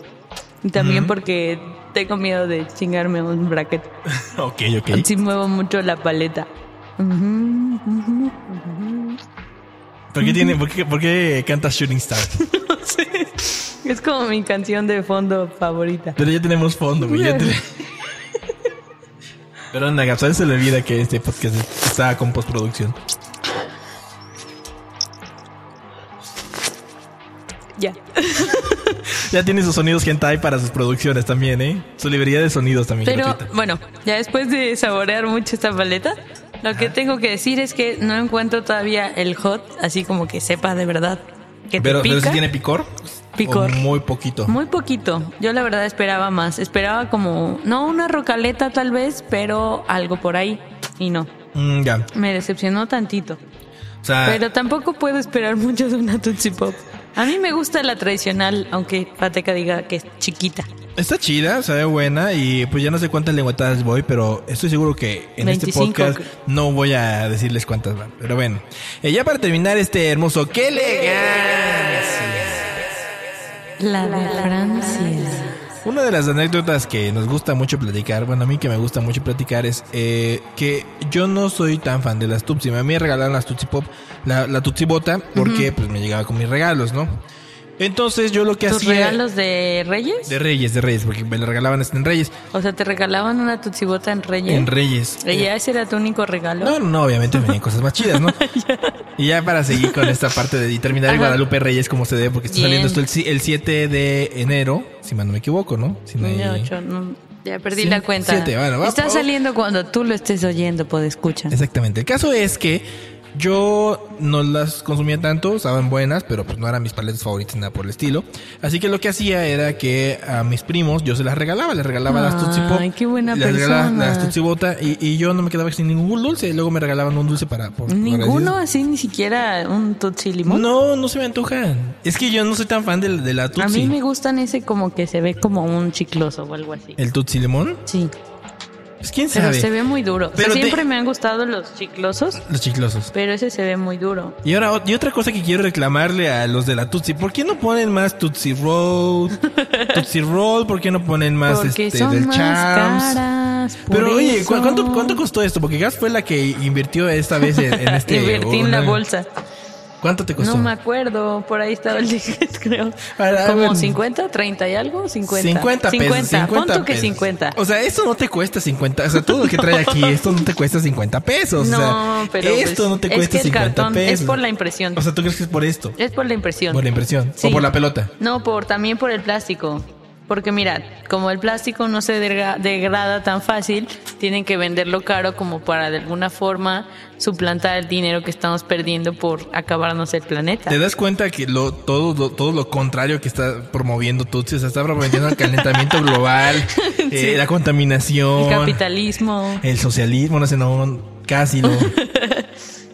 Speaker 1: Y también porque tengo miedo de chingarme un bracket
Speaker 2: Ok, ok.
Speaker 1: si muevo mucho la paleta. Ujú, ujú.
Speaker 2: ¿Por qué, tiene, por qué, por qué cantas Shooting Star?
Speaker 1: Es como mi canción de fondo favorita.
Speaker 2: Pero ya tenemos fondo, güey. ya
Speaker 1: Pues.
Speaker 2: te- Pero anda, Gaps, a veces se le olvida que este podcast está con postproducción.
Speaker 1: Ya.
Speaker 2: Ya tiene sus sonidos hentai para sus producciones también, ¿eh? Su librería de sonidos también.
Speaker 1: Pero
Speaker 2: gratuita.
Speaker 1: bueno, ya después de saborear mucho esta paleta, lo que tengo que decir es que no encuentro todavía el hot, así como que sepa de verdad que te
Speaker 2: Pero, pero
Speaker 1: pica.
Speaker 2: si tiene picor.
Speaker 1: Picor.
Speaker 2: O muy poquito.
Speaker 1: Muy poquito. Yo la verdad esperaba más. Esperaba como, no una rocaleta tal vez, pero algo por ahí. Y no.
Speaker 2: Mm, ya.
Speaker 1: Me decepcionó tantito.
Speaker 2: O sea,
Speaker 1: Pero tampoco puedo esperar mucho de una Tootsie Pop. A mí me gusta la tradicional, aunque Pateca diga que es chiquita.
Speaker 2: Está chida, sabe buena y pues ya no sé cuántas lenguatadas voy, pero estoy seguro que en
Speaker 1: 25
Speaker 2: este podcast no voy a decirles cuántas van. Pero bueno, Eh, ya para terminar este hermoso ¡Qué elegancia!
Speaker 1: La de Francia.
Speaker 2: Una de las anécdotas que nos gusta mucho platicar, bueno, a mí que me gusta mucho platicar es eh, que yo no soy tan fan de las Tupsi. A mí me regalaron las Tutsi Pop, la, la Tutsi Bota, porque pues me llegaba con mis regalos, ¿no? Entonces yo lo que
Speaker 1: ¿Tus
Speaker 2: hacía...
Speaker 1: regalos de Reyes?
Speaker 2: De Reyes, de Reyes, porque me la regalaban hasta en Reyes.
Speaker 1: O sea, te regalaban una Tootsie Bota en Reyes.
Speaker 2: En Reyes.
Speaker 1: ¿Y ya ese era tu único regalo?
Speaker 2: No, no, no, obviamente venían cosas más
Speaker 1: [LAUGHS]
Speaker 2: chidas, ¿no? Y ya para seguir con esta parte de y terminar el
Speaker 1: Ajá.
Speaker 2: Guadalupe Reyes como se debe, porque está
Speaker 1: Bien.
Speaker 2: saliendo esto el, si- el 7 de enero, si mal no me equivoco, ¿no? Si no hay-
Speaker 1: Niño ocho, no, ya perdí
Speaker 2: Cien-
Speaker 1: la cuenta.
Speaker 2: siete, bueno, va- oh.
Speaker 1: Está
Speaker 2: va-
Speaker 1: saliendo cuando tú lo estés oyendo, pues, puede escuchar.
Speaker 2: Exactamente. El caso es que yo no las consumía tanto, estaban buenas, pero pues no eran mis paletas favoritas ni nada por el estilo. Así que lo que hacía era que a mis primos yo se las regalaba, les regalaba las Tootsie Pop.
Speaker 1: Ay, qué buena
Speaker 2: les regalaba
Speaker 1: persona.
Speaker 2: las Tootsie Bota y, y yo no me quedaba sin ningún dulce. Luego me regalaban un dulce para... por- para
Speaker 1: Ninguno así, ni siquiera un Tootsie Limón.
Speaker 2: No, no se me antojan. Es que yo no soy tan fan de, la- de la
Speaker 1: A
Speaker 2: Tutsi.
Speaker 1: mí me gustan ese como que se ve como un chicloso o algo así.
Speaker 2: ¿El Tutsi Limón?
Speaker 1: Sí,
Speaker 2: Pues quién
Speaker 1: pero
Speaker 2: sabe.
Speaker 1: se ve muy duro. O sea,
Speaker 2: Pero te-
Speaker 1: siempre me han gustado los chiclosos,
Speaker 2: Los chiclosos.
Speaker 1: pero ese se ve muy duro.
Speaker 2: Y ahora, ot- y otra cosa que quiero reclamarle a los de la Tutsi. ¿Por qué no ponen más Tutsi Roll?
Speaker 1: [LAUGHS]
Speaker 2: Tutsi Roll, ¿por qué no ponen más
Speaker 1: Porque
Speaker 2: este,
Speaker 1: son
Speaker 2: del
Speaker 1: más
Speaker 2: Charms?
Speaker 1: caras. por
Speaker 2: Pero oye, ¿cu-
Speaker 1: eso. [LAUGHS]
Speaker 2: ¿cuánto, ¿cuánto costó esto? Porque Gas fue la que invirtió esta vez en, en este...
Speaker 1: Invertí en
Speaker 2: una-
Speaker 1: la bolsa.
Speaker 2: ¿Cuánto te costó?
Speaker 1: No me acuerdo, por ahí estaba el ticket, [LAUGHS] creo.
Speaker 2: Para-
Speaker 1: ¿Como
Speaker 2: bueno.
Speaker 1: 50, 30 y algo? 50.
Speaker 2: 50 pesos.
Speaker 1: 50,
Speaker 2: 50
Speaker 1: pon tú que
Speaker 2: pesos.
Speaker 1: 50.
Speaker 2: O sea, esto no te cuesta 50. O sea, todo lo que trae
Speaker 1: [LAUGHS]
Speaker 2: aquí, esto no te cuesta 50 pesos. o
Speaker 1: no,
Speaker 2: sea,
Speaker 1: pero
Speaker 2: esto
Speaker 1: pues,
Speaker 2: no te
Speaker 1: es
Speaker 2: cuesta
Speaker 1: que el
Speaker 2: 50
Speaker 1: cartón
Speaker 2: pesos.
Speaker 1: Es por la impresión.
Speaker 2: O sea, ¿tú crees que es por esto?
Speaker 1: es por la impresión.
Speaker 2: Por la impresión.
Speaker 1: Sí.
Speaker 2: O por la pelota.
Speaker 1: No, por también por el plástico. Porque mirad, como el plástico no se derga- degrada tan fácil, tienen que venderlo caro como para de alguna forma suplantar el dinero que estamos perdiendo por acabarnos el planeta.
Speaker 2: ¿Te das cuenta que lo, todo, lo- todo lo contrario que está promoviendo Tutsi? O sea, está promoviendo el
Speaker 1: [LAUGHS]
Speaker 2: calentamiento global, eh, la contaminación,
Speaker 1: El capitalismo,
Speaker 2: el socialismo, no sé, no,
Speaker 1: [LAUGHS]
Speaker 2: casi no.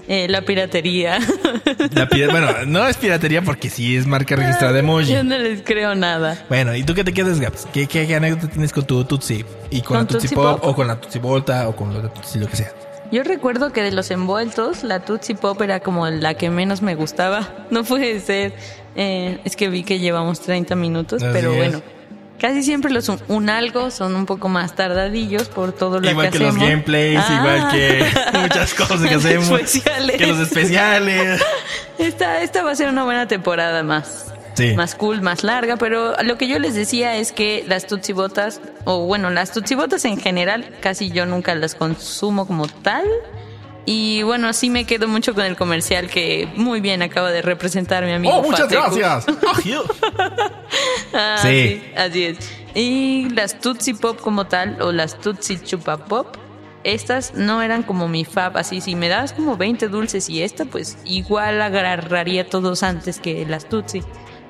Speaker 1: eh, la piratería. [LAUGHS]
Speaker 2: La pira- bueno, no es piratería porque sí es marca registrada de emoji.
Speaker 1: Yo no les creo nada.
Speaker 2: Bueno, ¿y tú qué te quedas, Gaps? ¿Qué, qué, qué anécdota tienes con tu Tutsi? ¿Y con,
Speaker 1: ¿Con
Speaker 2: la Tutsi,
Speaker 1: Tootsie
Speaker 2: Pop,
Speaker 1: Pop?
Speaker 2: o con la Tutsi Volta o con la Tutsi lo que sea?
Speaker 1: Yo recuerdo que de los envueltos, la Tootsie Pop era como la que menos me gustaba. [LAUGHS] No puede ser. Eh, es que vi que llevamos 30 minutos,
Speaker 2: Así
Speaker 1: pero
Speaker 2: es.
Speaker 1: bueno. Casi siempre los un, algo son un poco más tardadillos por todo lo
Speaker 2: Igual que,
Speaker 1: que,
Speaker 2: los
Speaker 1: hacemos.
Speaker 2: gameplays,
Speaker 1: Ah. [LAUGHS]
Speaker 2: igual [LAUGHS] que muchas cosas que hacemos.
Speaker 1: Especiales.
Speaker 2: Que los especiales.
Speaker 1: Esta, esta va a ser una buena temporada más.
Speaker 2: Sí.
Speaker 1: Más cool, más larga, pero lo que yo les decía es que las tutsibotas, o bueno, las tutsibotas en general, casi yo nunca las consumo como tal. Y bueno, sí me quedo mucho con el comercial que muy bien acaba de representar mi amigo.
Speaker 2: ¡Oh, muchas
Speaker 1: Fatecu.
Speaker 2: gracias! [LAUGHS] Oh, you.
Speaker 1: Ah,
Speaker 2: Sí.
Speaker 1: sí. así es. Y las Tutsi Pop como tal, o las Tutsi Chupa Pop, estas no eran como mi fab, así si me das como 20 dulces y esta, pues igual agarraría todos antes que las Tutsi.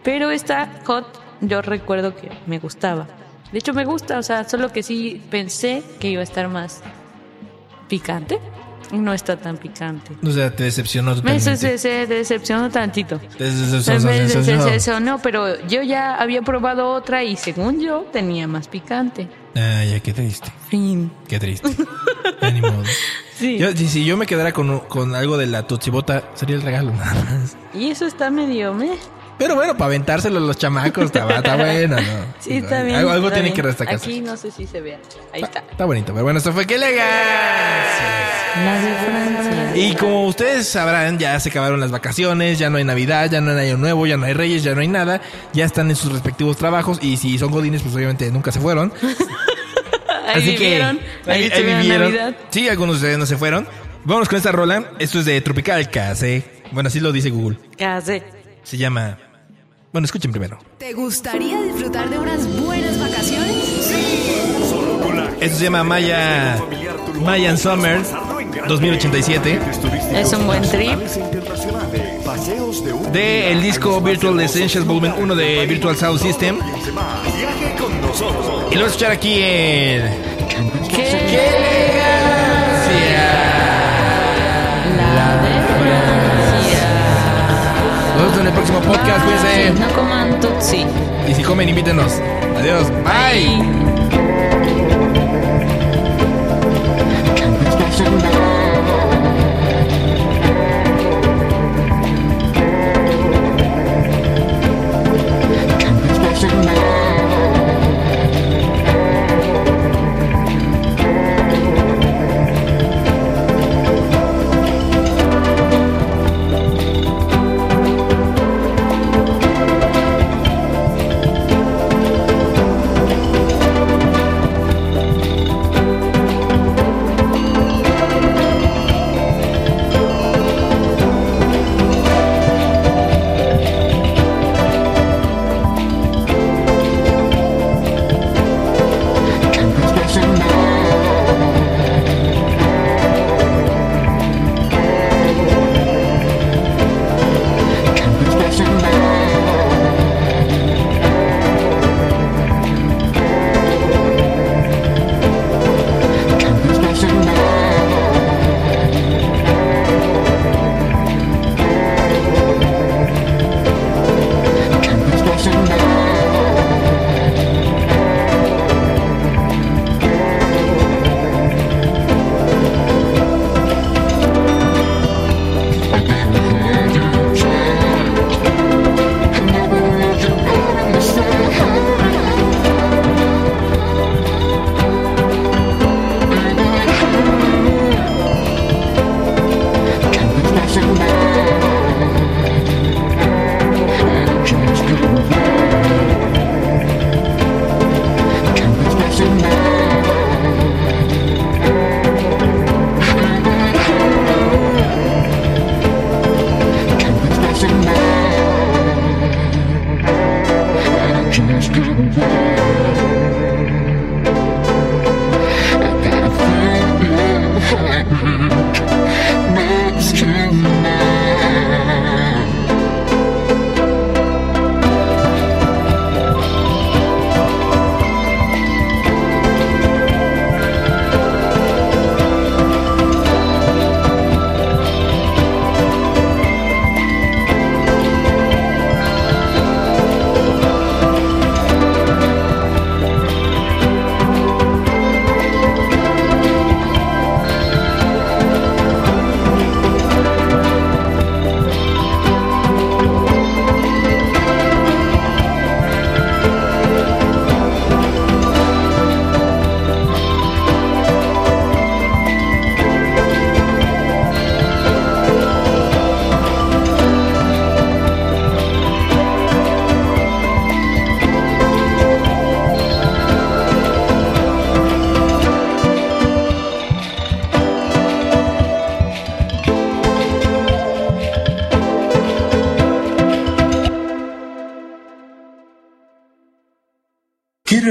Speaker 1: Pero esta Hot yo recuerdo que me gustaba. De hecho me gusta, o sea, solo que sí pensé que iba a estar más picante. y No está tan picante.
Speaker 2: O sea, te decepcionó
Speaker 1: Me
Speaker 2: totalmente.
Speaker 1: se, se- se decepcionó tantito.
Speaker 2: Te decepcionó.
Speaker 1: Tal vez es
Speaker 2: decepcionó.
Speaker 1: eso, no, pero yo ya había probado otra y según yo tenía más picante.
Speaker 2: Ah, ya, qué triste.
Speaker 1: Fin.
Speaker 2: Qué triste. Ya ni [LAUGHS] modo.
Speaker 1: Sí.
Speaker 2: Yo- si, si yo me quedara con, con algo de la tutsibota, sería el regalo nada más.
Speaker 1: Y eso está medio meh.
Speaker 2: Pero bueno, para aventárselo a los chamacos, está, está bueno, ¿no?
Speaker 1: [LAUGHS] Sí, está bien.
Speaker 2: Algo, algo
Speaker 1: está
Speaker 2: tiene
Speaker 1: bien.
Speaker 2: que destacarse.
Speaker 1: Aquí no sé si se vea. Ahí está.
Speaker 2: Está bonito, pero bueno, esto fue ¡Qué elegancia!
Speaker 1: La de Francia.
Speaker 2: Y como ustedes sabrán, ya se acabaron las vacaciones, ya no hay Navidad, ya no hay Año Nuevo, ya no hay Reyes, ya no hay nada. Ya están en sus respectivos trabajos y si son godines, pues obviamente nunca se fueron.
Speaker 1: Ahí vivieron. Ahí,
Speaker 2: ahí
Speaker 1: tuvieron
Speaker 2: vivieron.
Speaker 1: Navidad.
Speaker 2: Sí, algunos de ustedes no se fueron. Vámonos con esta rola. Esto es de Tropical Case. Bueno, así lo dice Google.
Speaker 1: Casé.
Speaker 2: Se llama... Bueno, escuchen primero.
Speaker 3: ¿Te gustaría disfrutar de unas buenas vacaciones?
Speaker 2: Esto se llama Maya... Mayan Summer 2087
Speaker 1: Es un buen trip.
Speaker 2: de el disco Virtual Essentials Volumen 1 de Virtual Sound System. Y lo vas a escuchar aquí en...
Speaker 1: ¿Qué?
Speaker 2: Nos vemos en el próximo podcast, cuídense.
Speaker 1: No coman tutsi.
Speaker 2: Y si comen, invítenos. Adiós. Bye.
Speaker 4: Thank
Speaker 5: ¿Quiere